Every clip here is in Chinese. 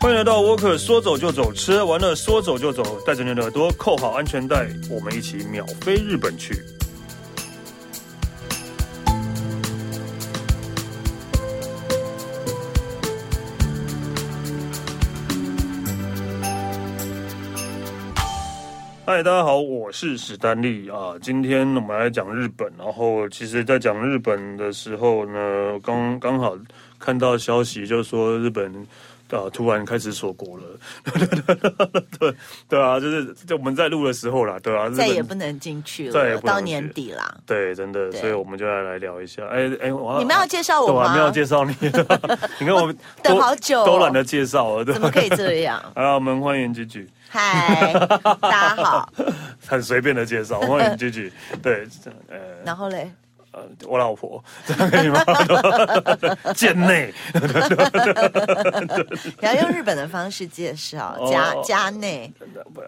欢迎来到沃克，说走就走，吃完了说走就走，带着你的耳朵扣好安全带，我们一起秒飞日本去。嗨，大家好，我是史丹利啊。今天我们来讲日本，然后其实，在讲日本的时候呢，刚刚好看到消息，就说日本啊突然开始锁 国了，对对啊，就是在我们在录的时候啦，对啊，日本再也不能进去再也了，不能到去年底啦。对，真的，对所以我们就来来聊一下。哎哎，我你们要介绍对我我还吗？没有介绍你， 你看我 等都好久哦都懒得介绍了，对？怎。么可以这样 好了，我们欢迎菊菊，嗨，大家好。很随便的介绍，欢迎菊菊。对，呃，然后嘞，呃，我老婆， 这样可以吗？贱内，你要用日本的方式介绍哦家家内，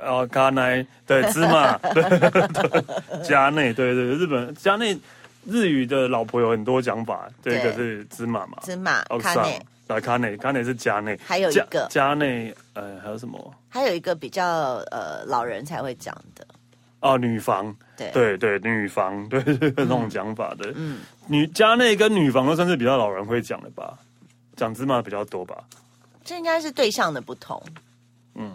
哦，咖奶，对，芝麻，对，对家内，对对，对日本家内日语的老婆有很多讲法，对，一对个是芝麻嘛，芝麻奥咖桑内，啊，咖内，咖内是家内，还有一家个家内，呃，还有什么？还有一个比较呃老人才会讲的，哦，女房，对对对，女房，对 对，那种讲法的，嗯，女家内跟女房都算是比较老人会讲的吧，讲芝麻比较多吧，这应该是对象的不同。嗯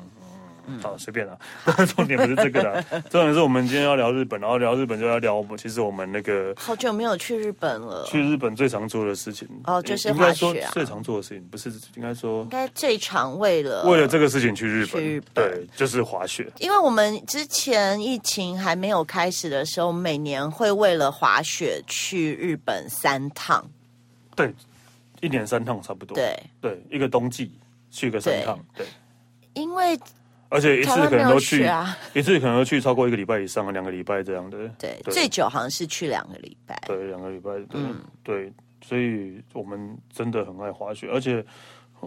好，随便啦、 重点不是这个 啦，重点是我们今天要聊日本，然后聊日本就要聊我们其实我们那个好久没有去日本了，去日本最常做的事情哦就是应该说滑雪啊最常做的事情，不是应该说应该最常为了为了这个事情去日本，去日本对，就是滑雪，因为我们之前疫情还没有开始的时候，每年会为了滑雪去日本三趟，对，一年三趟差不多，对，对，一个冬季去个三趟，对，因为而且一次台湾可没能都有去，去啊，一次可能都去超过一个礼拜以上，两个礼拜这样的，对，对最嗯久好像是去两个礼拜，对，两个礼拜，对、对，所以我们真的很爱滑雪，而且。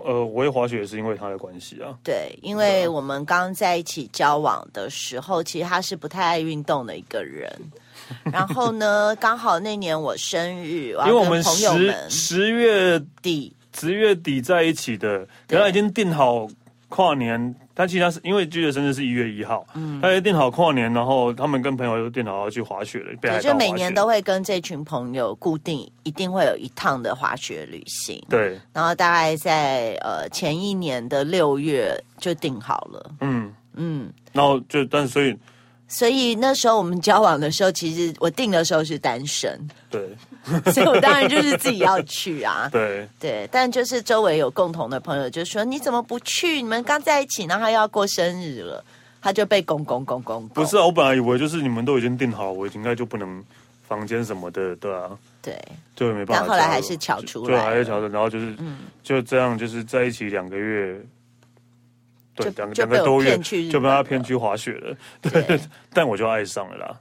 呃，我会滑雪也是因为他的关系啊。对，因为我们刚在一起交往的时候，其实他是不太爱运动的一 个人。然后呢，刚好那年我生日，我因为我要们啊跟朋友十们十月底十月底在一起的，对原来已经定好跨年，但其实他是因为居的生日是一月一号，嗯，他也定好跨年，然后他们跟朋友又定好要去滑雪了，北海对，道就每滑年雪都会跟这群朋友固定一定会有一趟的滑雪旅行，对，然后大概在呃前一年的六月就定好了，嗯，嗯，然后就但所以所以那时候我们交往的时候，其实我定的时候是单身，对所以我当然就是自己要去啊，对对，但就是周围有共同的朋友就说：“你怎么不去？你们刚在一起，然后又要过生日了。”他就被拱拱拱拱拱。不是，啊，我本来以为就是你们都已经定好，我应该就不能房间什么的，对啊，对，就没办法加入。但后来还是巧出来对，了嗯还是巧出来，然后就是、就这样，就是在一起两个月，对，就两个就两被个我多月骗去日就被他本骗去滑雪了， 对， 但我就爱上了啦。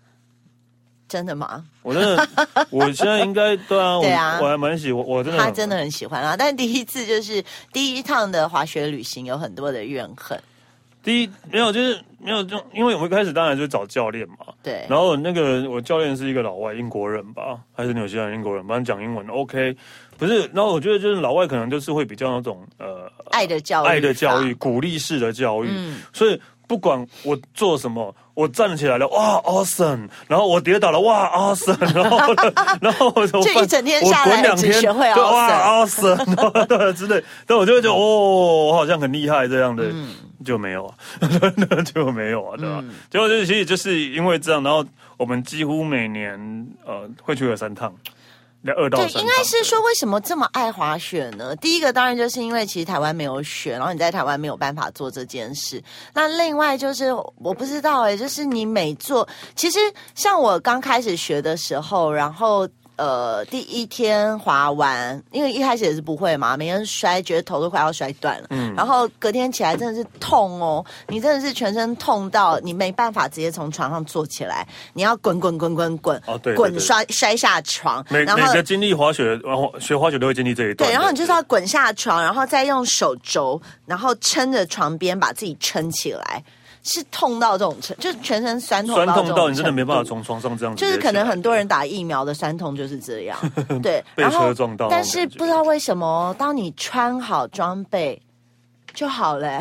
真的吗？我真的，我现在应该对啊，我 对啊我还蛮喜欢，我真的他很真的很喜欢啊，但第一次就是第一趟的滑雪旅行有很多的怨恨。第一没有就是没有就因为我们一开始当然就找教练嘛，对，然后那个我教练是一个老外，英国人吧，还是纽西兰英国人，反正讲英文 OK，不是，然后我觉得就是老外可能就是会比较那种呃爱的教育，嗯爱的教育，，鼓励式的教育，所以不管我做什么，我站起来了，哇，awesome！然后我跌倒了，哇，awesome！然 后呢然后我就这一整天下来我滚两只天，学会嗯就哇，awesome！然后 对之类，但我就会觉得哦，我好像很厉害这样的。就没有啊， 就没有啊，对吧？嗯结果就是，其实就是因为这样，然后我们几乎每年呃会去个三趟，两二到对三，趟。应该是说为什么这么爱滑雪呢？第一个当然就是因为其实台湾没有雪，然后你在台湾没有办法做这件事。那另外就是我不知道哎、就是你每做，其实像我刚开始学的时候，然后。呃，第一天滑完，因为一开始也是不会嘛，每天摔，觉得头都快要摔断了。嗯，然后隔天起来真的是痛哦，你真的是全身痛到你没办法直接从床上坐起来，你要滚滚滚滚滚，哦对对滚对摔摔下床，每然每后个经历滑雪，然后学滑雪都会经历这一段。对，然后你就是要滚下床，然后再用手肘，然后撑着床边把自己撑起来，是痛到这种程，就是全身酸痛酸这种痛到你真的程没办法度。从床上这样直就接起是来，可能很多人打疫苗的酸痛就是这样，对。 被然后车撞到那种感觉但是不知道为什么，当你穿好装备，就好了、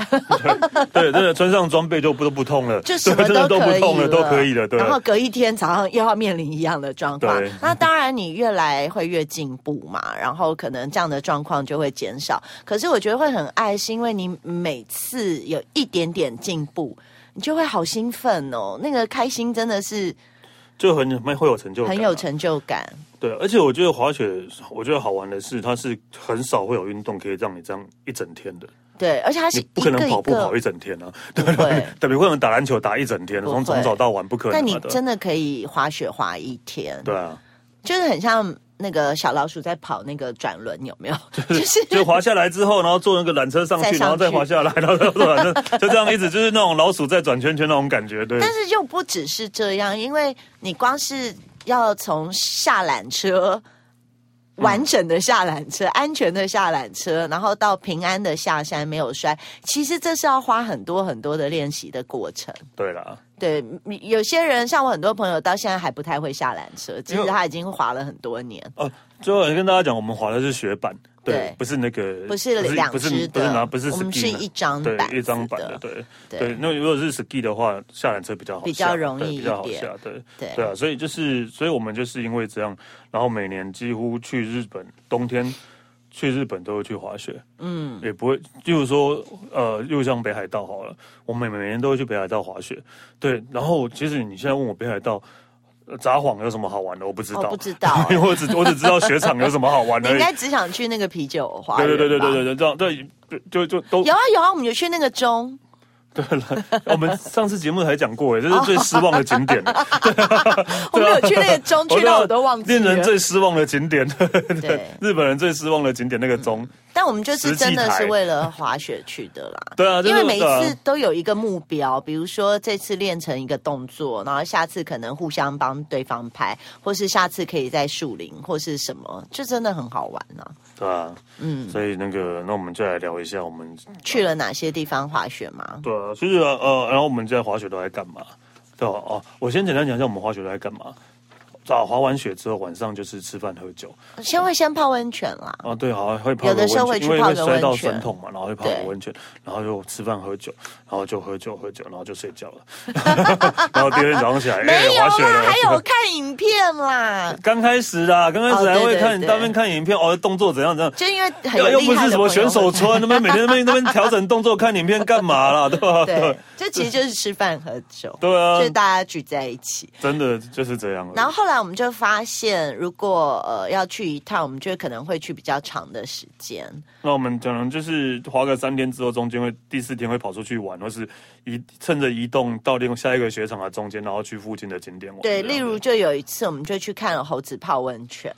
对，真的穿上装备就不都不痛了， 就什么对真的都都可不以痛了，都可以了，对。然后隔一天早上又要面临一样的状况对，那当然你越来会越进步嘛，然后可能这样的状况就会减少。可是我觉得会很爱，是因为你每次有一点点进步。你就会好兴奋哦，那个开心真的是就很蛮会有成就感、啊很有。成就感。对，而且我觉得滑雪，我觉得好玩的是，它是很少会有运动可以让你这样一整天的，对，而且它是你一不可个能跑一步跑个，一整天啊，不会。 特别不可能打篮球打一整天，不会从从早到晚不可能、啊。但你对真的可以滑雪滑一天，对啊，就是很像那个小老鼠在跑那个转轮，有没 有？就是就滑下来之后，然后坐那个缆车上再去，上去然后再滑下来，然后再坐缆车，就这样一直就是那种老鼠在转圈圈那种感觉，对。但是又不只是这样，因为你光是要从下缆车。嗯完整的下缆车，安全的下缆车，然后到平安的下山，没有摔。其实这是要花很多很多的练习的过程。对啦，对，你有些人像我很多朋友到现在还不太会下缆车，其实他已经滑了很多年。哦，最后跟大家讲，我们滑的是雪板，对，对不是那个，不是两不是只的不是拿，不是我 ski，们是一张对板子的一张板的，对对对。那如果是 ski 的话，下缆车比较好下，比较容对易比较好一点下，对对对啊。所以就是，所以我们就是因为这样，然后每年几乎去日本冬天。去日本都会去滑雪，嗯，也不会，就是说，呃，又像北海道好了，我们每年都会去北海道滑雪，对。然后，其实你现在问我北海道呃札幌有什么好玩的，我不知道，我哦不知道 因为我只我只知道雪场有什么好玩 你的。应该只想去那个啤酒花对园吧对对对对对，这样对就就都有啊有啊，我们有去那个钟，对了。哦我们上次节目还讲过，哎，这是最失望的景 点，我们有去那个钟， 去到我都忘记令人了。最失望的景点，对，嗯日本人最失望的景点那个钟，但我们就是真的实际是台为了滑雪去的啦。对啊，就是啊因为每一对次啊都有一个目标，比如说这次练成一个动作，然后下次可能互相帮对方拍，或是下次可以在树林或是什么，就真的很好玩啊！对啊，嗯，所以那个那我们就来聊一下我们去了哪些地方滑雪吗？对啊，其实呃，然后我们在滑雪都在干嘛？对吧、哦，我先简单讲一下我们滑雪都在干嘛。早滑完雪之后，晚上就是吃饭喝酒，先会先泡温泉啦，啊，对，好像会泡有的个时候温泉会去因泡为会个摔温到泉酸痛嘛，然后会泡个对温泉，然后就吃饭喝酒，然后就喝酒喝酒，然后就睡觉了， 然后第二天早上起 来，没哎、有滑雪了。啦，还有看影片啦，刚开始啦，刚开哦始还对会对看你对当面看影片，哦，动作怎样怎样。就因为很有又又厉不害是的什朋么友选手们村，那边每天那边那边调整动作看影片干嘛啦，对吧？ 对，这其实就是吃饭喝酒，啊 对啊就是大家聚在一起。真的就是这样了。然后后来我们就发现，如果呃要去一趟，我们就可能会去比较长的时间。那我们可能就是滑个三天之后，中间会第四天会跑出去玩，或是移趁着移动到另下一个雪场的中间，然后去附近的景点玩。对，这样例子如就有一次，我们就去看了猴子泡 温泉。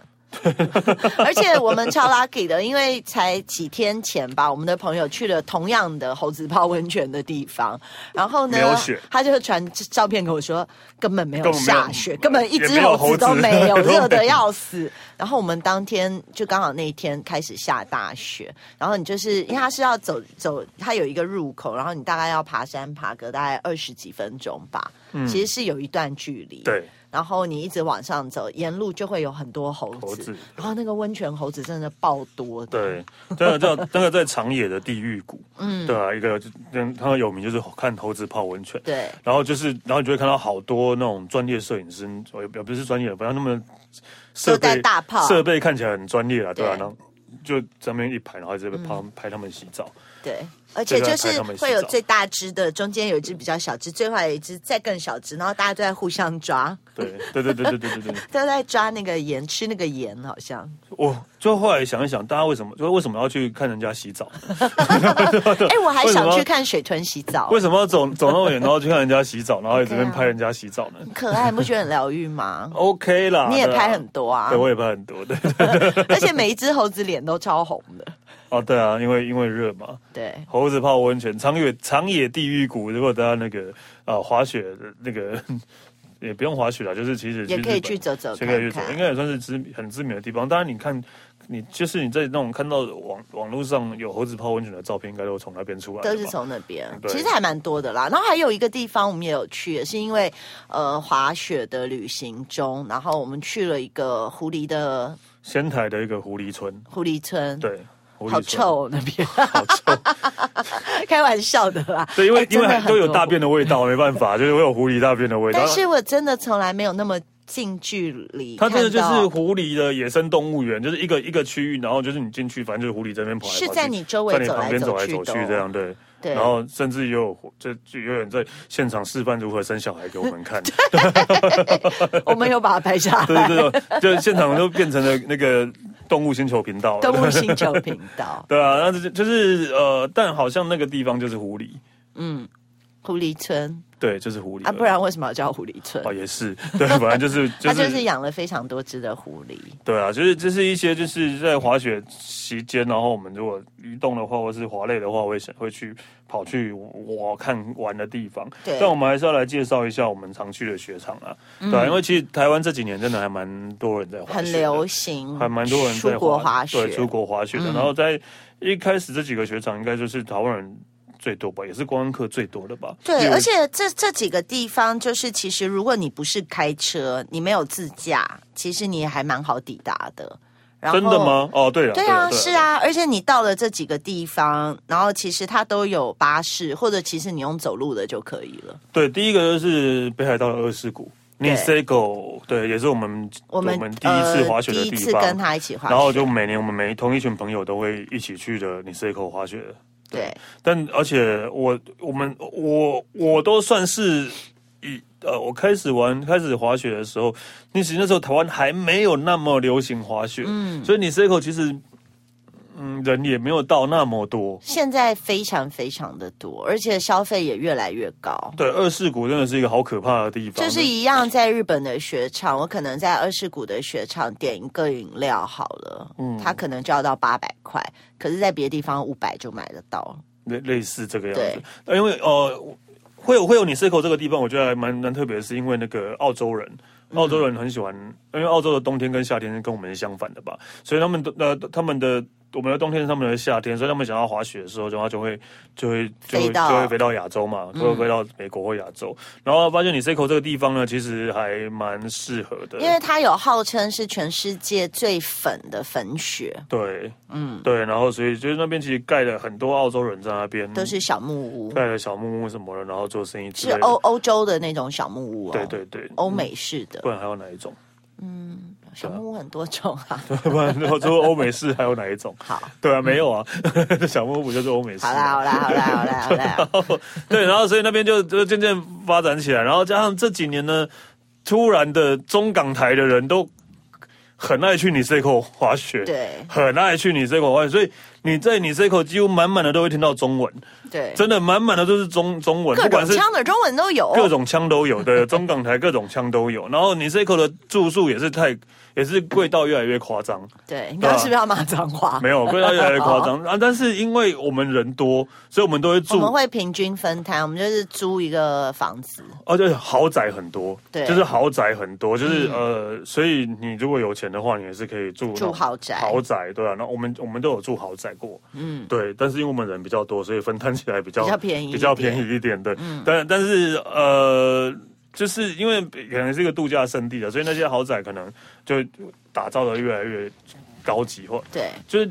而且我们超 lucky 的，因为才几天前吧，我们的朋友去了同样的猴子泡温泉的地方，然后呢没有雪，他就传照片给我说根本没有根本没有下雪，根本一也只没有猴子都猴子没有， 都没有热的要死。然后我们当天就刚好那一天开始下大雪，然后你就是因为它是要走走，它有一个入口，然后你大概要爬山爬个大概二十几分钟吧，其实是有一段距离。嗯对，然后你一直往上走，沿路就会有很多猴子，猴子然后那个温泉猴子真的爆多的，对，这个叫那个在长野的地狱 谷，嗯，对啊，一个跟它有名就是看猴子泡温泉，对然后就是，然后你就会看到好多那种专业摄影师，哦也也不是专业，反正他们设都在备大炮设备看起来很专业啊，对啊，对嗯然后就上面一排，然后在这边拍、拍他们洗澡，对而且就是会有最大只的，中间有一只比较小只，最后还有一只再更小只，然后大家都在互相抓，对，对对对对对对对。都在抓那个盐，吃那个盐，好像。我哦就后来想一想，大家为什么就为什么要去看人家洗澡？哦 哎、我还为什想么去看水豚洗澡为，什么要走走那么远，然后去看人家洗澡，然后也这边 OK 啊拍人家洗澡 呢可爱，你不觉得很疗愈吗？ ？OK 啦，你 也对啊拍很多啊对，，我也拍很多，对 而且每一只猴子脸都超红的，哦，对啊，因为因为热嘛，对。猴子泡温泉，长野长野地狱谷，如果大家那个啊、滑雪的那个也不用滑雪啦，就是其实也日可以本去走走这个月看看应该也算是知很知名的地方。当然，你看，你就是你在那种看到网网络上有猴子泡温泉的照片，应该都从那边出来的吧，都是从那边，对其实还蛮多的啦。然后还有一个地方我们也有去，也是因为呃滑雪的旅行中，然后我们去了一个狐狸的仙台的一个狐狸村，狐狸村，对。我好跟你说，臭哦那边， 好臭。开玩笑的啦。对，因为、哎因 真的为很都有多大便的味道，没办法，就是会有狐狸大便的味道。但是我真的从来没有那么近距离它看到，真的就是狐狸的野生动物园，就是一个一个区域，然后就是你进去，反正就是狐狸在那边跑来跑去，是在你周在围你走旁来边走来去走的去哦、这样，对。对，然后甚至也有这就有人在现场示范如何生小孩给我们 看，我们有把它拍下来。 对对对，就现场就变成了那个动物星球频道了。动物星球频 道，对啊，那就是就是呃，但好像那个地方就是狐狸，狐狸村对，就是狐狸啊，不然为什么要叫狐狸村？哦也是，对，反正就是就 它是就是养了非常多只的狐狸，对啊，就是这是一些就是在滑雪期间，然后我们如果移动的话，或是滑累的话，会想会去跑去我看玩的地方。对嗯但我们还是要来介绍一下我们常去的雪场啊，对啊，因为其实台湾这几年真的还蛮多人在滑雪的，很流行，还蛮多人在出国滑对，雪嗯出。国滑雪的。然后在一开始这几个雪场，应该就是台湾人最多吧，也是观光客最多的吧。例对，如而且这这几个地方，就是其实如果你不是开车，你没有自驾，其实你还蛮好抵达的。然后真的？吗？哦，对了，对啊，是，啊，而且你到了这几个地方，然后其实它都有巴士，或者其实你用走路的就可以了。对，第一个就是北海道的二世谷。对 Nisego，对，也是我们我们第一次滑雪呃、的第一地次方，跟他一起滑雪，然后就每年我们每同一群朋友都会一起去的 Nisego 滑雪。对但而且我我们我我都算是以呃，我开始玩开始滑雪的时候，那时那时候台湾还没有那么流行滑雪，嗯，所以 Nisego 其实嗯人也没有到那么多。现在非常非常的多，而且消费也越来越高。对，二世谷真的是一个好可怕的地方，就是一样，在日本的雪场，我可能在二世谷的雪场点一个饮料好了，嗯，它可能就要到八百块，可是，在别的地方五百就买得到了。类类似这个样子。呃因为呃，会有会有你 c i r c l 这个地方，我觉得还蛮蛮特别的，是因为那个澳洲人。嗯澳洲人很喜欢，因为澳洲的冬天跟夏天是跟我们是相反的吧，所以他们的呃他们的我们的冬天是他们的夏天，所以他们想要滑雪的时候，然后就会就会就会飞到嗯就会飞到亚洲嘛，就会飞到美国或亚洲，然后发现你 c i r c l 这个地方呢，其实还蛮适合的，因为它有号称是全世界最粉的粉雪，对，嗯，对，然后所以就是那边其实盖了很多澳洲人在那边，都是小木屋，盖了小木屋什么的，然后做生意之是哦类的，欧欧洲的那种小木屋哦，对，对对，嗯欧美式的不然还有哪一种？ 小木屋很多种啊。不然除了欧美式还有哪一种？ 好，对啊，没有啊， 小木屋不就是欧美式好啦，吗？好啦，好啦，好啦，好 啦。对，然后所以那边就就渐渐发展起来，然后加上这几年呢，突然的中港台的人都很爱去你这口滑雪，，对很爱去你这口滑雪，所以你在你这口几乎满满的都会听到中文，对，真的满满的都是中中文，各不管种是腔哦的中文都有，各种枪都有，对， 中港台各种枪都有。然后你 c i c o 的住宿也是太，也是贵到越来越夸张，对，你刚刚是不是要骂脏话？ 哦没有贵到越来越夸 张啊！但是因为我们人多，所以我们都会我们住，会平均分摊，我们就是租一个房子，而且哦豪宅很多，对嗯就是豪宅很多，就是、呃，所以你如果有钱的话，你也是可以住那住种豪宅。豪宅，对啊。那我们我们都有住豪宅过，嗯，对，但是因为我们人比较多，所以分摊起来比较比较便宜一点嗯比较便宜一点对。但但是呃，就是因为可能是一个度假胜地啊，所以那些豪宅可能就打造的越来越高级，或对就是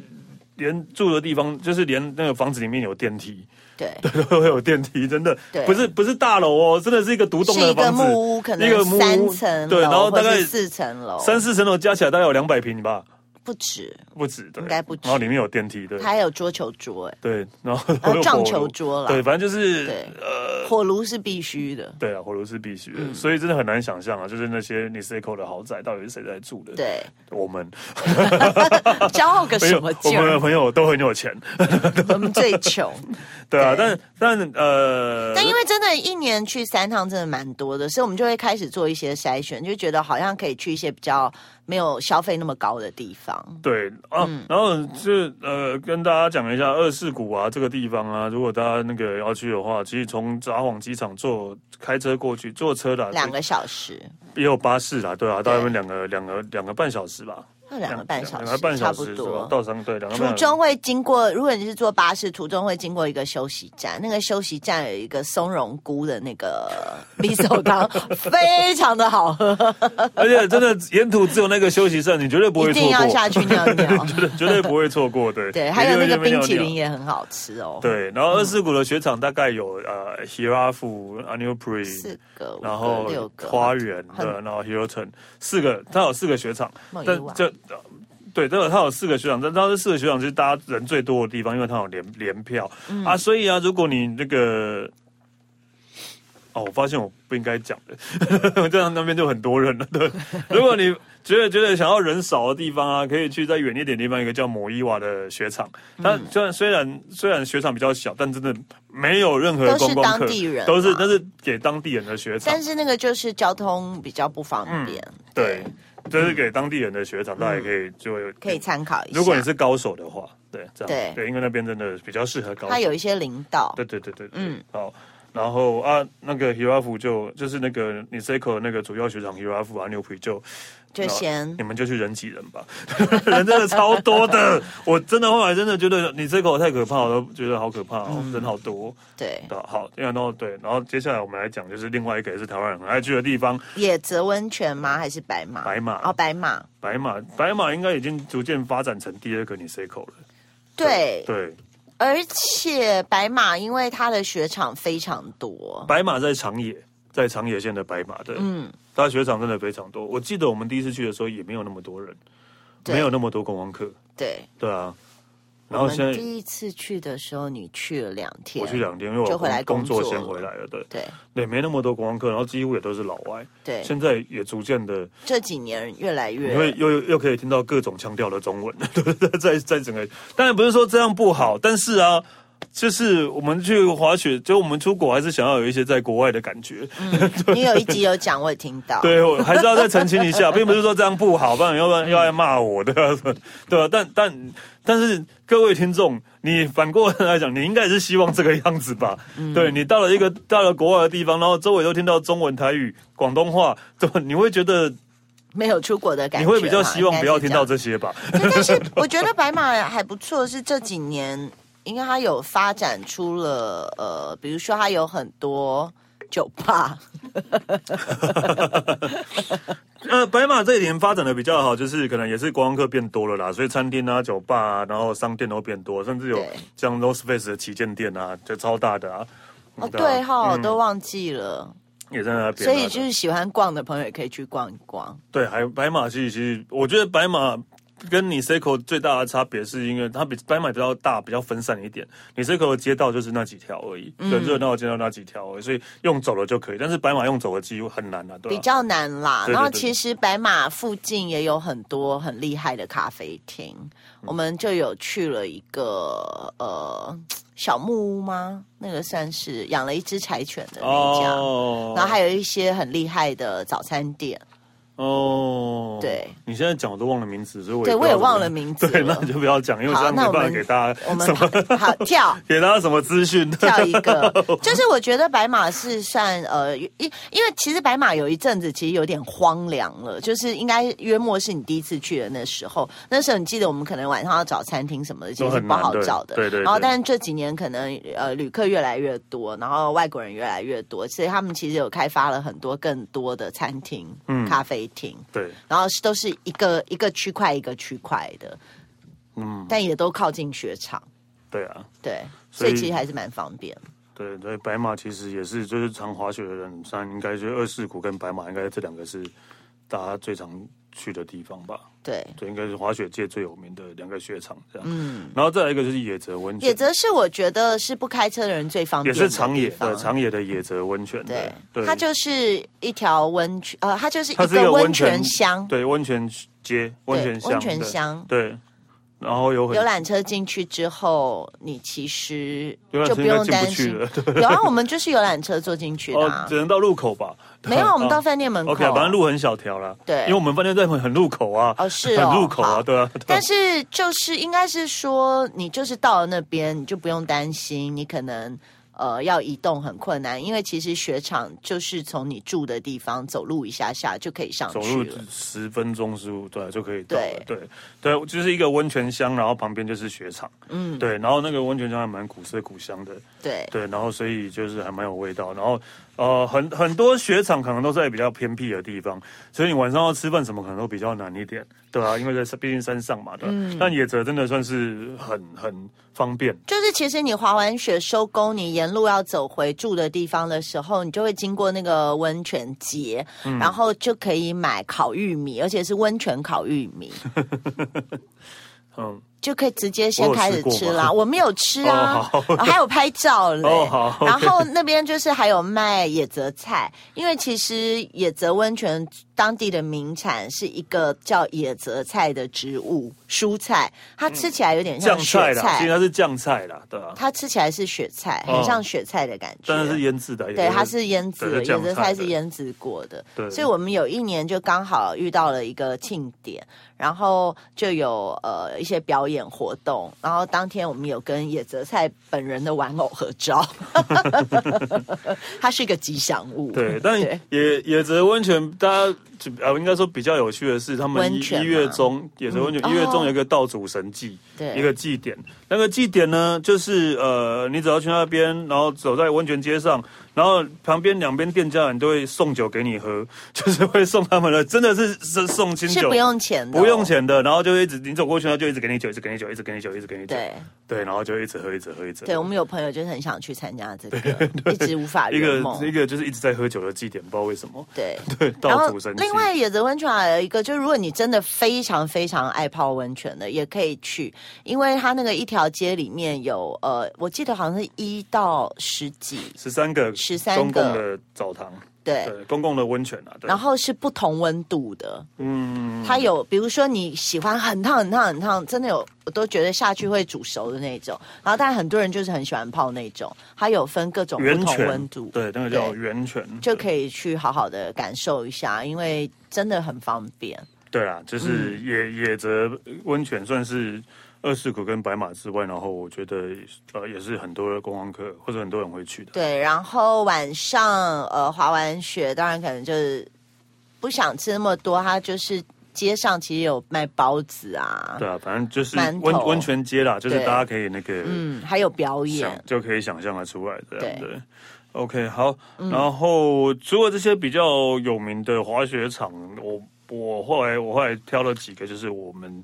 连住的地方，就是连那个房子里面有电梯，对，都会有电梯，真的对不是不是大楼哦，真的是一个独栋是一的个房子，木屋，可一个能木屋三层楼，对然后大概或是四层楼，三四层楼加起来大概有两百平吧，不止，不止的，对应该不止然后里面有电梯，对它还有桌球桌，哎，对，然后 呃有撞火球炉桌啦对，反正就是对呃。火炉是必须的。对啊，火炉是必须的，嗯所以真的很难想象啊，就是那些 Niseko 的豪宅到底是谁在住的？， 对，我们骄傲个朋什友么，我劲们的儿？朋友都很有钱，我们最穷，对啊，对但但呃，但因为真的，一年去三趟真的蛮多的，所以我们就会开始做一些筛选，就觉得好像可以去一些比较没有消费那么高的地方。对啊，嗯然后就是呃，跟大家讲一下二世谷啊这个地方啊，如果大家那个要去的话，其实从札幌机场坐开车过去，坐车的两个小时，也有巴士啦，对啊，大概对两个两个两个半小时吧，要两个半小时，两个半差小不时是吧多？。到三对两个途半小中时。会经过，如果你是坐巴士，途中会经过一个休息站，那个休息站有一个松茸菇的那 个米手汤，非常的好喝，而且真的沿途只有那个休息站，你绝对不一会错定要过，下去尿 尿。绝对绝对不会错过。对对，还有那个冰淇。一定会去那边尿淋尿也很好吃哦。，对，然后二世谷的雪场大概有呃 Hirafu、四 Anupri，个、五然个、后六个花园很的，然后 Hiroton 四个，它有四个雪场，梦啊但一碗这呃对，都有它有四个学长，但它这四个学长就是大家人最多的地方，因为它有联联票、嗯啊，所以啊，如果你那个。哦，我发现我不应该讲的， 这样那边就很多人了。对，如果你觉得觉得想要人少的地方啊，可以去再远一点的地方，一个叫摩伊瓦的雪场。它嗯虽然虽然虽然雪场比较小，但真的没有任何都观是光客，当地人都是嘛但是给当地人的雪场但。是那个就是交通比较不方便，嗯对，这是给当地人的雪场，大家也可以就嗯可以参考一下。如果你是高手的话，对，这对样对，因为那边真的比较适合高它手。有一些领导，对对对对，嗯嗯，好。然后啊，那个 Hirafu 就就是那个 Niseko 那个主要学长 Hirafu 啊，牛皮就就先你们就去人挤人吧， 人真的超多的，我真的后来真的觉得 Niseko 太可怕，我都觉得好可怕哦，嗯人好多。对对，好，然后对，然后接下来我们来讲就是另外一个也是台湾人很爱去的地方，野泽温泉吗？还是白马？白马哦，白马。白马，白马应该已经逐渐发展成第二个 Niseko 了。对，对，而且白马因为它的雪场非常多，白马在长野，在长野县的白马，对，嗯，它雪场真的非常多。我记得我们第一次去的时候也没有那么多人，对没有那么多观光客，对。对啊。然我后们现在第一次去的时候，你去了两天，我去两天，因为我就回来工工作作先了回来了，对对对，没那么多观光客，然后几乎也都是老外，对，现在也逐渐的，这几年越来因为越又又可以听到各种腔调的中文， 在在整个，当然不是说这样不好，但是啊。就是我们去滑雪，就我们出国还是想要有一些在国外的感觉，嗯你有一集有讲，我也听到，对，我还是要再澄清一下，并 不是说这样不好，不然要不然又要骂我的， 对吧、但但但是各位听众，你反过来讲，你应该也是希望这个样子吧？嗯对你到了一个到了国外的地方，然后周围都听到中文、台语、广东话，怎么你会觉得没有出国的感你觉嘛，会比较希望不要听到应这些吧？该 是这样。但是我觉得白马还不错，是这几年应该它有发展出了呃，比如说它有很多酒吧，呃，白马这一年发展的比较好，就是可能也是观光客变多了啦，所以餐厅啊、酒吧啊，然后商店都变多，甚至有对像 Rose Face 的旗舰店啊，就超大的啊。哦，啊对哈、我都忘记了。也在那边啊，所以就是喜欢逛的朋友也可以去逛一逛。对，还有白马其实，其实我觉得白马跟你 Seiko 最大的差别是因为它比白马比较大，比较分散一点。你 Seiko 的街道就是那几条而已，嗯对，热闹的街道那几条而已，所以用走了就可以。但是白马用走的几乎很难啊，对比吧、较难啦。对对然后对其实白马附近也有很多很厉害的咖啡厅，嗯我们就有去了一个呃小木屋吗？那个算是养了一只柴犬的那一家。哦然后还有一些很厉害的早餐店，哦，对，你现在讲我都忘了名字，所以我对不知我道也怎么忘了名字对，那了你就不要讲，因为好这样没那我办法们给大家我 们什么好好跳给大家什么资讯。 跳一个，就是我觉得白马是算呃，因因为其实白马有一阵子其实有点荒凉了，就是应该约莫是你第一次去的那时候，那时候你记得我们可能晚上要找餐厅什么的，其实都是很不难好对找的。对对对然后，但是这几年可能呃旅客越来越多，然后外国人越来越多，所以他们其实有开发了很多更多的餐厅、嗯咖啡厅， 对，然后是都是一个一个区块一个区块的，嗯，但也都靠近雪场，对啊。对，所所以以其实还是蛮方便。对对，白马其实也是，就是常滑雪的人，像应该就是二世谷跟白马，应该这两个是大家最常去的地方吧？对，对，应该是滑雪界最有名的两个雪场这样。嗯，然后再来一个就是野泽温泉，野泽是我觉得是不开车的人最方也便的是地长方，野的长野的野泽温泉，对，对，它就是一条温泉，呃，它就是一它是一个个温温泉泉乡，对温泉街、温泉乡、温泉对乡对。然后有很游览车进去之后，你其实游览就车不应该用进担不去心了，。对有啊， 我们就是游览车坐进去的、哦，啊只，能到路口吧？没有，我们啊到饭店门口。 OK，反正路很小条啦。对因为我们饭店在很很路口啊，哦是 哦很路口啊，好对啊。对啊但是就是应该是说，你就是到了那边，你就不用担心，你可能呃要移动很困难，因为其实雪场就是从你住的地方走路一下下就可以上 走去路了。十分钟十五对啊就可以到对了。对对，就是一个温泉乡，然后旁边就是雪场。嗯，对，然后那个温泉乡还蛮古色古香的。对对，然后所以就是还蛮有味道。然后呃，很很多雪场可能都在比较偏僻的地方，所以你晚上要吃饭什么可能都比较难一点，对啊，因为在山毕竟山上嘛，对、啊嗯但野泽真的算是很很方便，就是其实你滑完雪收工，你沿路要走回住的地方的时候，你就会经过那个温泉街，嗯然后就可以买烤玉米，而且是温泉烤玉米，嗯，就可以直接先我有开始吃过吃吗啦。我没有吃啊，哦好我还有拍照嘞。哦好然后那边就是还有卖野泽菜，因为其实野泽温泉当地的名产是一个叫野泽菜的植物蔬菜，它吃起来有点嗯像酱雪菜菜，啦，其实它是酱菜啦，对啊，它吃起来是雪菜，哦很像雪菜的感觉。但是是腌制的，也对，就它是腌制对的，是酱有的菜菜的是腌制过的。对所以我们有一年就刚好遇到了一个庆典，然后就有呃一些表演活动，然后当天我们有跟野泽菜本人的玩偶合 照，它是一个吉祥物。对，但对野野泽温泉，大家就啊，应该说比较有趣的是，他们温一泉嘛一月中野泽温泉嗯一月哦中有一个道祖神祭，对一个祭典。那个祭典呢，就是呃，你只要去那边，然后走在温泉街上，然后旁边两边店家人都会送酒给你喝， 就是会送他们的，真的是是送清是酒，不用钱的、不用。钱的，然后就一直你走过去，他就一直给你酒，一直给你酒，一直给你酒，一直给你酒，对对，然后就一直喝，一直喝，一直喝。哦对，我们有朋友就是很想去参加这 个，一直无法一圆个梦。一个就是一直在喝酒的祭典，不知道为什么。 对。对，然道后祖神，祭。另外野泽温泉还有一个，就是如果你真的非常非常爱泡温泉的，也可以去，因为它那个一条街里面有呃，我记得好像是一到十几，十三个13公共个的澡堂，对，对，公共的温泉啊，对，然后是不同温度的，嗯，它有，比如说你喜欢很烫、很烫、很烫，真的有，我都觉得下去会煮熟的那种。然后，但很多人就是很喜欢泡那种，它有分各种源不同温泉度，，对，那个叫对源泉，就以，可以去好好的感受一下，因为真的很方便。对啦，就是嗯野野泽温泉算是。二世谷跟白马之外，然后我觉得呃也是很多的观光客或者很多人会去的。对，然后晚上呃滑完雪，当然可能就是不想吃那么多，它就是街上其实有卖包子啊，对啊，反正就是馒头温温泉街啦，就是对大家可以那个嗯，还有想表演，就可以想象得出来这样对嗯对。OK，好，然后除了这些比较有名的滑雪场，我我后来我后来挑了几个，就是我们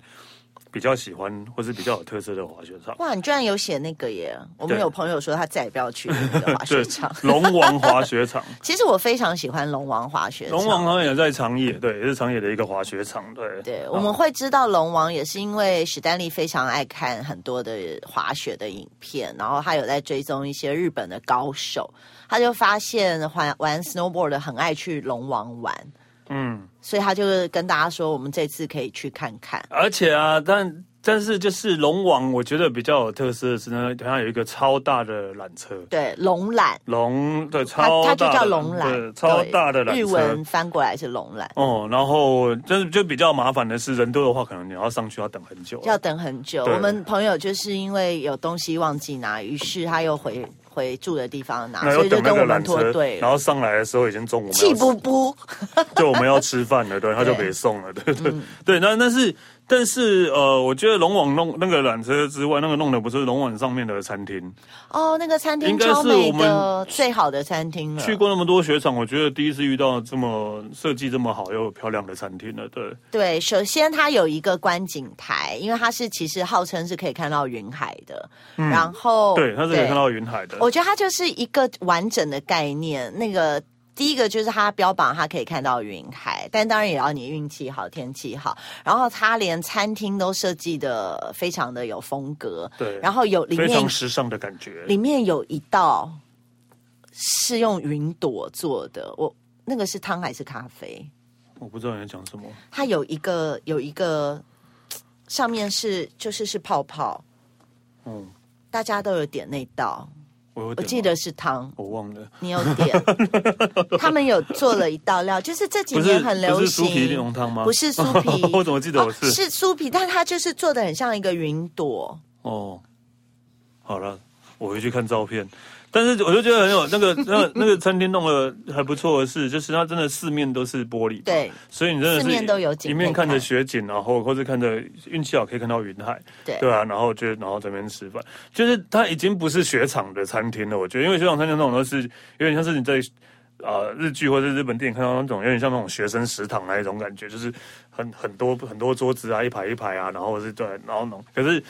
比较喜欢或是比较有特色的滑雪场。哇，你居然有写那个耶！我们对有朋友说他再也不要去那个 滑雪场。龙王滑雪 场，其实我非常喜欢龙王滑雪场。龙王好像也在长野，对，也是长野的一个滑雪场，对。对，啊我们会知道龙王也是因为史丹利非常爱看很多的滑雪的影片，然后他有在追踪一些日本的高手，他就发现玩玩 snowboard 的很爱去龙王玩，嗯，所以他就跟大家说，我们这次可以去看看。而且啊，但但是就是龙王，我觉得比较有特色的是呢，它有一个超大的缆车，对，龙缆，龙对，它超它大的就叫龙对缆，超大的缆车，对日文翻过来是龙缆，哦，然后就是就比较麻烦的是，人多的话，可能你要上去要等很久。啊要等很久。对我们朋友就是因为有东西忘记拿，于是他又回回住的地方拿，那所又以就等那跟我个们缆脱车队，然后上来的时候已经中午，我们气要不吃不。 就我们要吃饭了，对，他就对嗯北送了，对对对。那但是但是呃，我觉得龙网弄那个缆车之外，那个弄的不是龙网上面的餐厅。哦，那个餐厅应该是超美我的，们最好的餐厅了。去过那么多雪场，我觉得第一次遇到这么设计这么好又漂亮的餐厅了，对。对，首先它有一个观景台，因为它是其实号称是可以看到云海的，然后嗯对，它是可以看。到云海的。我觉得它就是一个完整的概念。那个第一个就是它标榜它可以看到云海，但当然也要你运气好、天气好。然后它连餐厅都设计的非常的有风格，对然后有里非面常时尚的感觉，里面有一道是用云朵做的，我那个是汤还是咖啡？我不知道你在讲什么。它有一个有一个嘖上面是就是是泡泡，嗯，大家都有点那道，我有我点记得是汤，我忘了。你有 点，他们有做了一道料，就是这几不是年很流不是行，酥皮浓汤吗？不是酥皮 我怎么记得我哦是？是酥皮，但它就是做的很像一个云朵。哦，好了，我回去看照片。但是我就觉得很有那个那个那个餐厅弄得还不错的是，就是它真的四面都是玻璃，对，所以你真的是四面都有景一面看可着以看雪景，然后或者看着运气好可以看到云海，对对啊，然后就然后在那边吃饭，就是它已经不是雪场的餐厅了，我觉得，因为雪场餐厅那种都是有点像是你在。啊、日剧或者日本电影看到那种有点像那种学生食堂那一种感觉，就是很很多很多桌子啊，一排一排啊，然后是对，然后弄。可是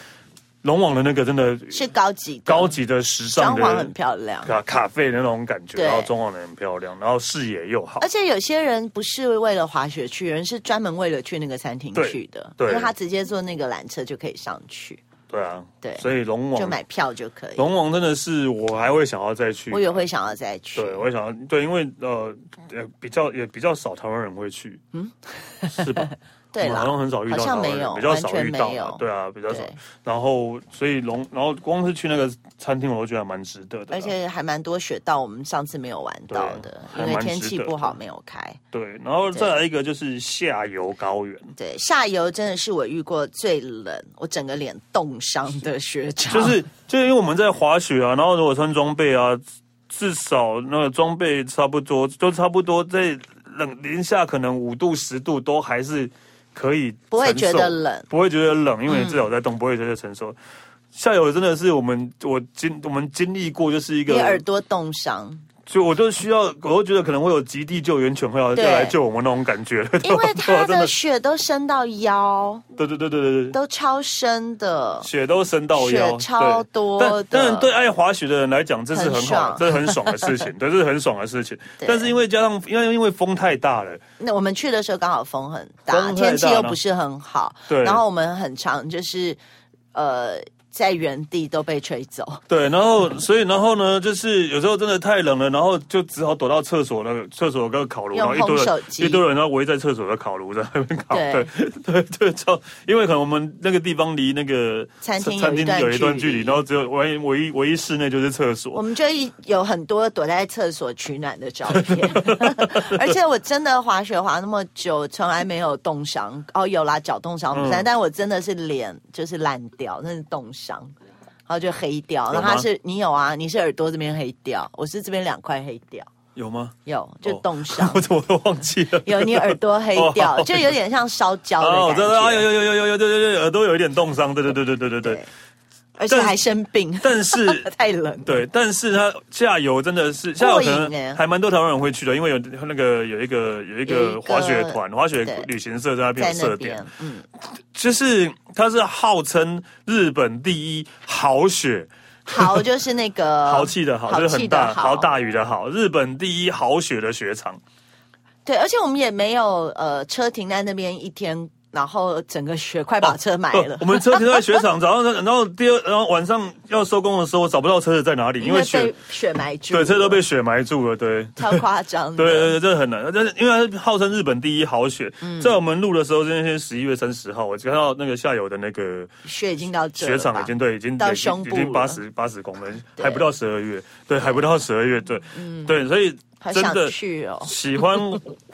龙王的那个真的是高级的高，级的时尚装的，潢很漂亮。咖咖啡的那种感觉，对然后装潢的很漂亮，然后视野又好而。且有些人不是为了滑雪去，有人是专门为了去那个餐厅对去的，对因为他直接坐那个缆车就可以上去，对啊，对所以龙就王买票就可以。龙王真的是我还会想要再去我。也会想要再去，对，我也想要对，因为呃呃比较也比较少台湾人会去，嗯，是吧？ 对我们啦好，像很少遇到好台像湾没人，有比较完少全遇到没啊有，对啊，比较少对。然后所以龙，然后光是去那个餐厅，我都觉得还蛮值得的啦。而且还蛮多雪道，我们上次没有玩到的，对还因为蛮天气值得不的好没有开。对，然后再来一个就是下游高原，对，下游真的是我遇过最冷，我整个脸冻伤的雪场。就是就是因为我们在滑雪啊，然后如果穿装备啊，至少那个装备差不多都差不多在冷零下可能五度十度都还是可以承受，不会觉得冷不会觉得冷，因为你至少在动，不会觉得承受。下游真的是我们我经我们经历过，就是一你耳个，朵冻 伤，就我都需要，我都觉得可能会有极地救援犬会要对要来救我们那种感觉了，因为它真的的，雪都升到腰，对对对对对对。都超深的。雪都升到腰，雪超对多的但但是对爱滑雪的人来讲，这是很很好爽，这是很爽的事情，对，这是很爽的事情。对但是因为加上，因为因为风太大了，那我们去的时候刚好风很风大，太大天气又然后不是很好，对然后我们很常就是呃在原地都被吹走。对，然后所以然后呢，就是有时候真的太冷了，然后就只好躲到厕所那个厕所跟烤炉，然用后一堆烘手人机一堆人然后围在厕所的烤炉在那边烤，对对对对，超因为可能我们那个地方离那个餐厅有餐一厅段有一段距距离离，然后只有唯一唯一唯一室内就是厕所我，们就一有很多躲在厕所取暖的照片， 而且我真的滑雪滑那么久，从来没有冻伤。哦，有啦，脚冻伤不算，嗯但我真的是脸就是烂掉，那是冻伤，然后就黑掉。有然吗后他是你有啊，你是耳朵这边黑掉，我是这边两块黑掉，有吗？有就哦冻 伤，我怎么都忘记了？有你耳朵黑 掉，哦就有点像烧焦啊，我的知道，啊，感有觉。有有有有有，对对对，耳朵有一点冻伤，对对对对对对对对。，而且但还生病，但 是太冷。对，但是它下游真的是下游可过瘾欸能还蛮多台湾人会去的，因为有那个有一个有一有一个个滑雪团、滑雪对旅行社在那边在有那设边点，，嗯，就是它是号称日本第一好雪。豪就是那 个豪气 的好，哦豪就是气很的大豪豪大雨的好，日本第一好雪的雪场，对，而且我们也没有呃车停在那边一天，然后整个雪快把车埋了，哦我们车停在雪场，早上然后第二，然后晚上要收工的时候，我找不到车子在哪里，因为雪被雪埋住了，对车都被雪埋住了，对。超夸张的， 对对对，这很难，但是因为它是号称日本第一好雪，嗯在我们录的时候，今天是十一月三十号，我只看到那个下游的那个雪已经到这了雪吧场已经对已经到已经胸部已经了八十八十公分，还不到十二月，对，还不到十二月，对，对，所以好真嗯想的去哦。喜欢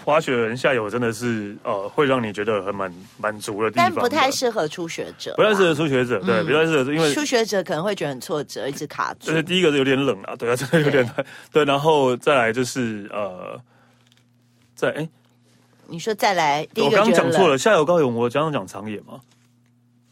滑雪的人下游真的是呃，会让你觉得很满满足的地但方，不太适合初学者，不太适合初学者，对，不太适合，因为初学者可能会觉得很挫折，一直卡住就。是第一个是有点冷啊，对啊，真的有点 冷，对，然后再来就是呃，在哎。你说再来，第一我个刚刚觉得讲错冷，了，下游高原我刚刚讲长野嘛，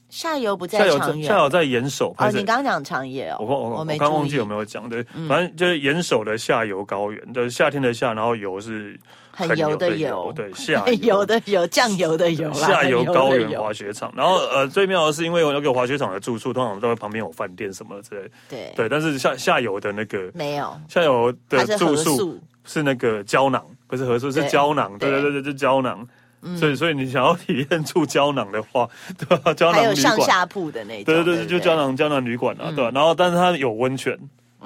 下游不在下游长野下游在岩手，哦，拍摄你刚刚讲长野哦，我忘我我没刚忘注记意嗯有没有讲对，反正就是岩手的下游高原，就是夏天的夏，然后游是很油的油， 对下油的油，酱油的油啦，下游高很油的原油滑雪场，然后呃最妙的是，因为我那个滑雪场的住宿通常都会旁边有饭店什么之类的，对对，但是下下游的那个没有，下游它的是住合宿宿。是那个胶囊，不是合宿，是对胶囊，对嗯对对对对，是胶囊。所以所以你想要体验住胶囊的话，对吧？胶囊还有旅上馆下铺的那种。嗯对对对对，啊不就胶囊胶囊旅馆啊，对吧、然后但是它有温泉，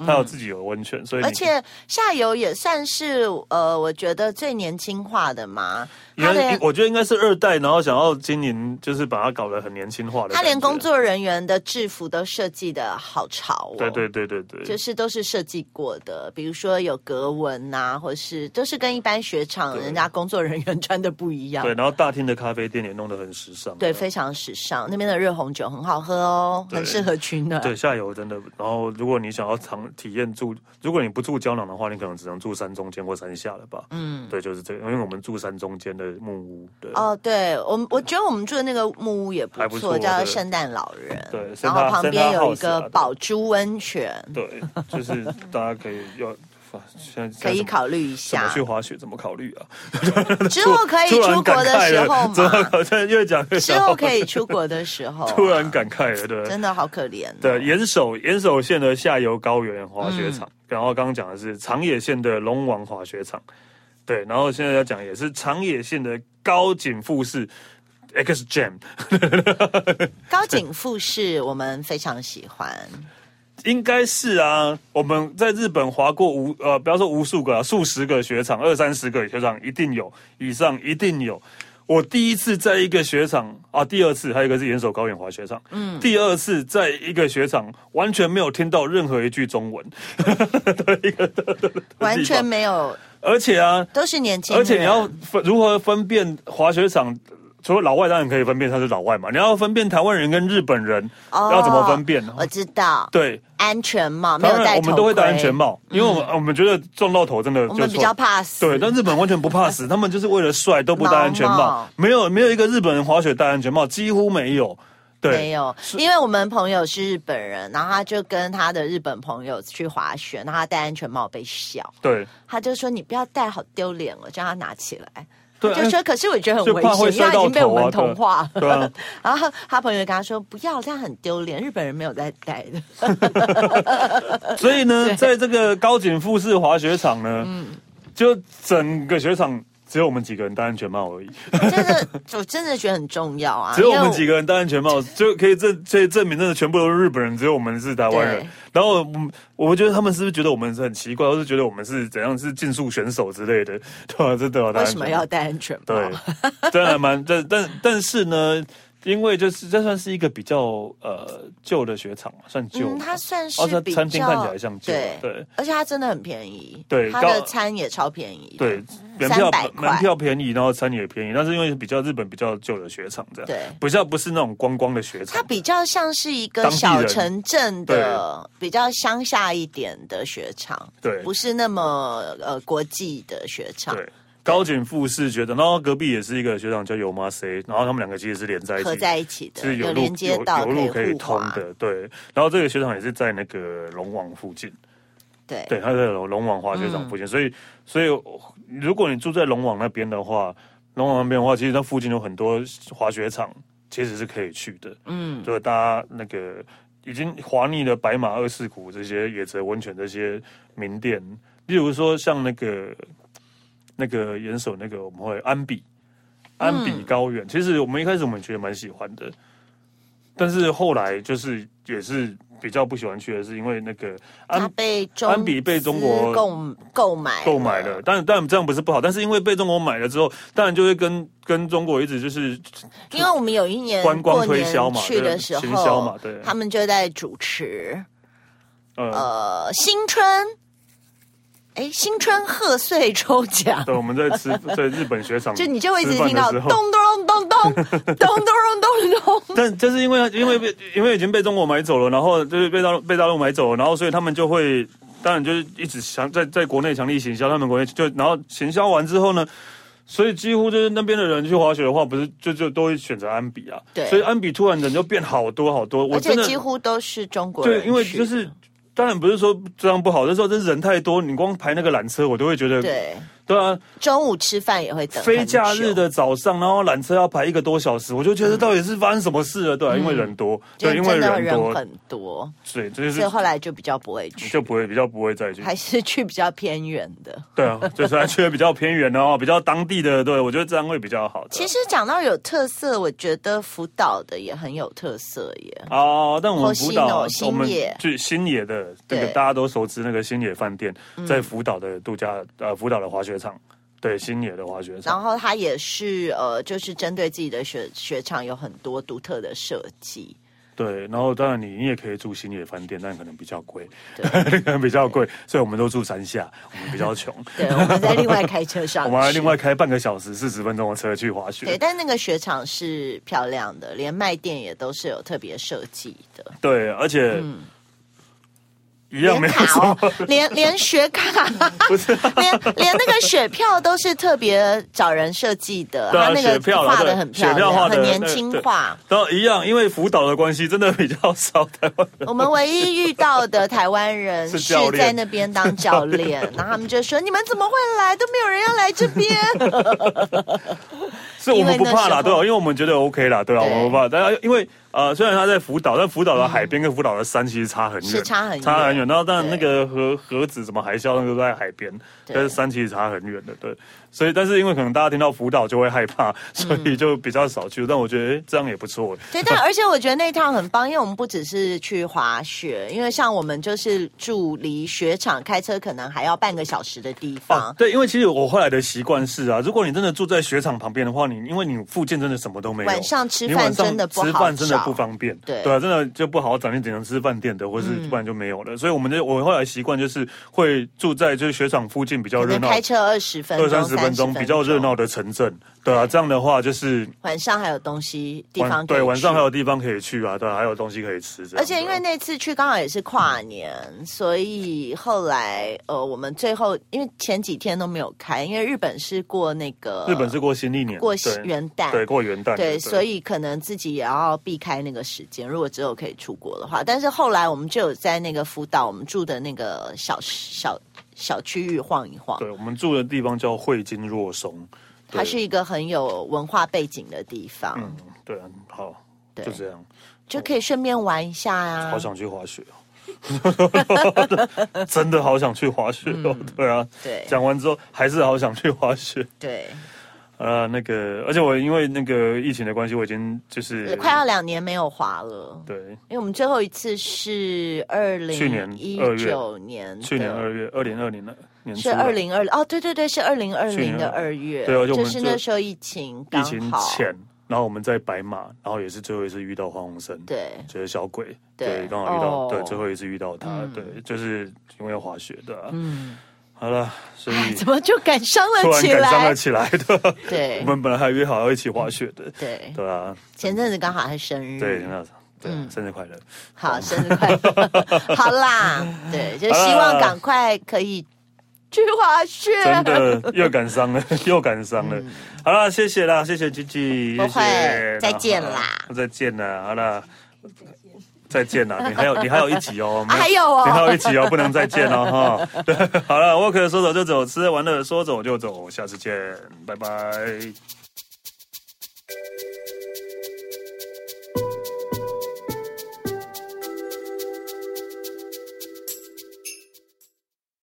它有自己有温泉，所以你嗯而且下游也算是呃，我觉得最年轻化的嘛。应他该连我觉得应该是二代，然后想要今年就是把它搞得很年轻化的感觉。他连工作人员的制服都设计的好潮哦。对对对对对，就是都是设计过的，比如说有格纹呐、或是都是跟一般雪场对人家工作人员穿的不一样。对，然后大厅的咖啡店也弄得很时尚。啊啊对，非常时尚。那边的热红酒很好喝哦，对很适合取暖。对，下游真的。然后，如果你想要长体验住，如果你不住胶囊的话，你可能只能住山中间或山下了吧？嗯，对，就是这个，因为我们住山中间的木屋，对，哦，对，我们我觉得我们住的那个木屋也不还错，不错叫对圣诞老人。对然圣后诞旁边圣诞有一 house 个啊对宝珠温泉，对，就是大家可以要，哇现在可以。考虑一现在怎么怎么下去。滑雪？怎么考虑啊？之后可以突然出国感的慨时了候之后嘛，好像越讲越之想后可以出国的时候啊， 突然感慨了，对。真的好可怜哦。对，岩手岩手县的下游高原滑雪场，嗯然后刚刚讲的是长野县的龙王滑雪场，对，然后现在要讲也是长野县的高井富士 X Jam，高井富士我们非常喜欢。应该是啊，我们在日本滑过无呃，不要说无数个、啊，数十个雪场，二三十个雪场一定有，以上一定有。我第一次在一个雪场啊，第二次还有一个是岩手高原滑雪场，嗯，第二次在一个雪场完全没有听到任何一句中文， 对一个完全没有，而且啊，都是年轻人。而且你要分如何分辨滑雪场？除了老外，当然可以分辨他是老外嘛。你要分辨台湾人跟日本人，哦要怎么分辨？我知道，对，安全帽没有当然我戴头盔，嗯们都会戴安全，帽，因为我们、我们觉得撞到头真的我就们比错较怕死。对，但日本完全不怕 死，他们就是为了帅都不戴安全毛帽帽，没有没有一个日本人滑雪戴安全帽，几乎没有。对，没有，因为我们朋友是日本人，然后他就跟他的日本朋友去滑雪，然后他戴安全帽被笑，对，他就说你不要戴，好丢脸哦，叫他拿起来。对哎他就说可是我觉得很就危怕会险，因摔为他已到经被我头啊们同化了。对啊 然后他朋友跟他说不要，这样很丢脸，日本人没有在戴的。呃所以呢，在这个高井富士滑雪场呢，嗯就整个雪场只有我们几个人戴安全帽而已。真的，我真的觉得很重要啊。只有我因为们几个人戴安全 帽，就可以证，所以证明真的全部都是日本人，只有我们是台湾人对。然后我们，我觉得他们是不是觉得我们是很奇怪，或是觉得我们是怎样是竞速选手之类的？ 对吧、啊？真的要戴为安什全帽么要哦戴安全帽？ 对，当然蛮，但但但是呢，因为就是这算是一个比较呃旧的雪场嘛，算旧嘛、嗯，它算哦是它比较、餐厅看起来像旧对对，而且它真的很便宜，对它的高餐也超便宜，对，门票300块门票便宜，然后餐也便宜，但是因为比较日本比较旧的雪场这样，对比较不是那种观光的雪它场，比较像是一个当地小人城镇的，比较乡下一点的雪场，对不是那么呃国际的雪场，对。高井富士觉得，然后隔壁也是一个学长叫尤妈 C，然后他们两个其实是连在一合起，在一起的，是有路连接到有有路可以互通滑，的，对。然后这个雪场也是在那个龙王附近，对。对，嗯它在龙龙王滑雪场附近，所以所以如果你住在龙王那边的话，龙王那边的话，其实它附近有很多滑雪场，其实是可以去的。嗯，就是大家那个已经滑腻了白马二世谷这些野泽温泉这些名店，例如说像那个那个岩手那个我们会安比安比高原，其实我们一开始我们觉得蛮喜欢的，但是后来就是也是。比较不喜欢去的是因为那个安它被中安比被中国资购购买购买啊的，但但这样不是不好，但是因为被中国买了之后，当然就会跟跟中国一直就是因为我们有一年观光推销嘛过年去的对时行销嘛候对，他们就在主持呃，呃新春，哎新春贺岁抽 奖，对，我们在吃在日本雪场， 就你就会一直听到咚时候，咚咚咚咚咚咚咚咚咚，但就是因为因为被因为已经被中国买走了，然后就是被大陆被大陆买走了，然后所以他们就会。当然就是一直强在在国内强力行销，他们国内就然后行销完之后呢，所以几乎就是那边的人去滑雪的话，不是就就都会选择安比啊，对所以安比突然人就变好多好多，我而且真的几乎都是中国人对，去，因为就是当然不是说这样不好，就是说这人太多，你光排那个缆车，我都会觉得对对啊，中午吃饭也会等很久，非假日的早上，然后缆车要排一个多小时，我就觉得到底是发生什么事了？对、啊，因为人多，嗯就对，因为真的人人多，很多，对，这就所以是后来就比较不会去，就不会比较不会再去。还是去比较偏远的。对啊，就是还去得比较偏远的哦，比较当地的，对我觉得这样会比较好的。其实讲到有特色，我觉得福岛的也很有特色耶。哦，但我们福岛或新哦我们新野去新野的这个对嗯大家都熟知那个新野饭店，在福岛的度假呃福岛的滑雪场，对新野的滑雪场然。后它也是呃，就是针对自己的雪雪场有很多独特的设计。对，然后当然你你也可以住新野饭店，但可能比较贵，对 可能比较贵，所以我们都住山下，我们比较穷，对，我们在另外开车 上我去，们还另外开半个小时四十分钟的车去滑对，雪。但那个雪场是漂亮的，连卖店也都是有特别设计的，对，而且嗯一样连没有卡什哦么，连连雪卡， 不是啊连连那个雪票都是特别找人设计的，对啊它那个雪票啦画的对很漂雪票画亮，得很年那个轻对化。然后一样，因为福岛的关系，真的比较少台湾人。我们唯一遇到的台湾人是是教练在那边当教练，然后他们就说：“你们怎么会来？都没有人要来这边。是我们不怕啦，因为那时候对啊，因为我们觉得 OK 啦，对啊，对我们不怕。但因为呃，虽然它在福岛，但福岛的海边跟福岛的山其实差很远，是差很远差很远。然后当然那对个核核子什么海啸那个都在海边，对但是山其实差很远的，对。所以，但是因为可能大家听到福岛就会害怕，所以就比较少去。但我觉得、诶这样也不错。”对，但而且我觉得那一趟很棒，因为我们不只是去滑雪，因为像我们就是住离雪场开车可能还要半个小时的地啊方，。对，因为其实我后来的习惯是啊，如果你真的住在雪场旁边的话，你因为你附近真的什么都没有，晚上吃你饭晚上真的不吃好饭真的找不方便，对嗯啊，真的就不好找，你只能吃饭店的，或是不然就没有了。所以我们就我后来习惯就是会住在就是雪场附近比较可热能闹，开车二十分钟、二三十分钟30比较热闹的城镇，对啊，这样的话就是晚上还有东西地晚方可以对晚上去还有地方可以去啊，对啊，还有东西可以吃，这样而且因为那次去刚好也是跨年，所以后来呃，我们最后因为前几天都没有开，因为日本是过那个日本是过新历年，过对元旦，对过元旦，对，所以可能自己也要避开那个时间。如果之后可以出国的话，但是后来我们就有在那个福岛，我们住的那个小小小区域晃一晃，对我们住的地方叫汇金若松，对它是一个很有文化背景的地方，嗯，对啊，好，对就这样。就可以顺便玩一下啊。好想去滑雪哦， 真的好想去滑雪哦。嗯对啊，对讲完之后还是好想去滑雪。对，呃，那个，而且我因为那个疫情的关系，我已经就是快要两年没有滑了。对因为我们最后一次是二零去年一2九年的，去年二月二零二零的年初是的二零二哦，对对对，是二零二去零年的二月，对而且我就们是就那时候疫情疫刚情好，前，然后我们在白马，然后也是最后一次遇到黄鸿生，对就是小鬼，对对，刚好遇到哦嗯对最后一次遇到他，对，就是因为滑雪的。嗯，好了，所以哎 怎么就感伤 突了然起感伤了来？起来的。对 我们本来还约好要一起滑雪的，对，嗯对啊，前阵子刚好他生日，对，陈老师，对，啊嗯生日快乐！好，生日 快乐，好啦，对，就希好望啦赶快可以去滑雪，真的又感伤 了，又感伤了。好了，谢谢啦，谢谢吉吉，嗯不会谢谢再见啦，好再见啦，好啦。再见啦！你还 有你还有一集哦，还有哦你还有一集哦，不能再见哦 哈。对，好了，我可说走就走，吃完了说走就走，下次见，拜拜。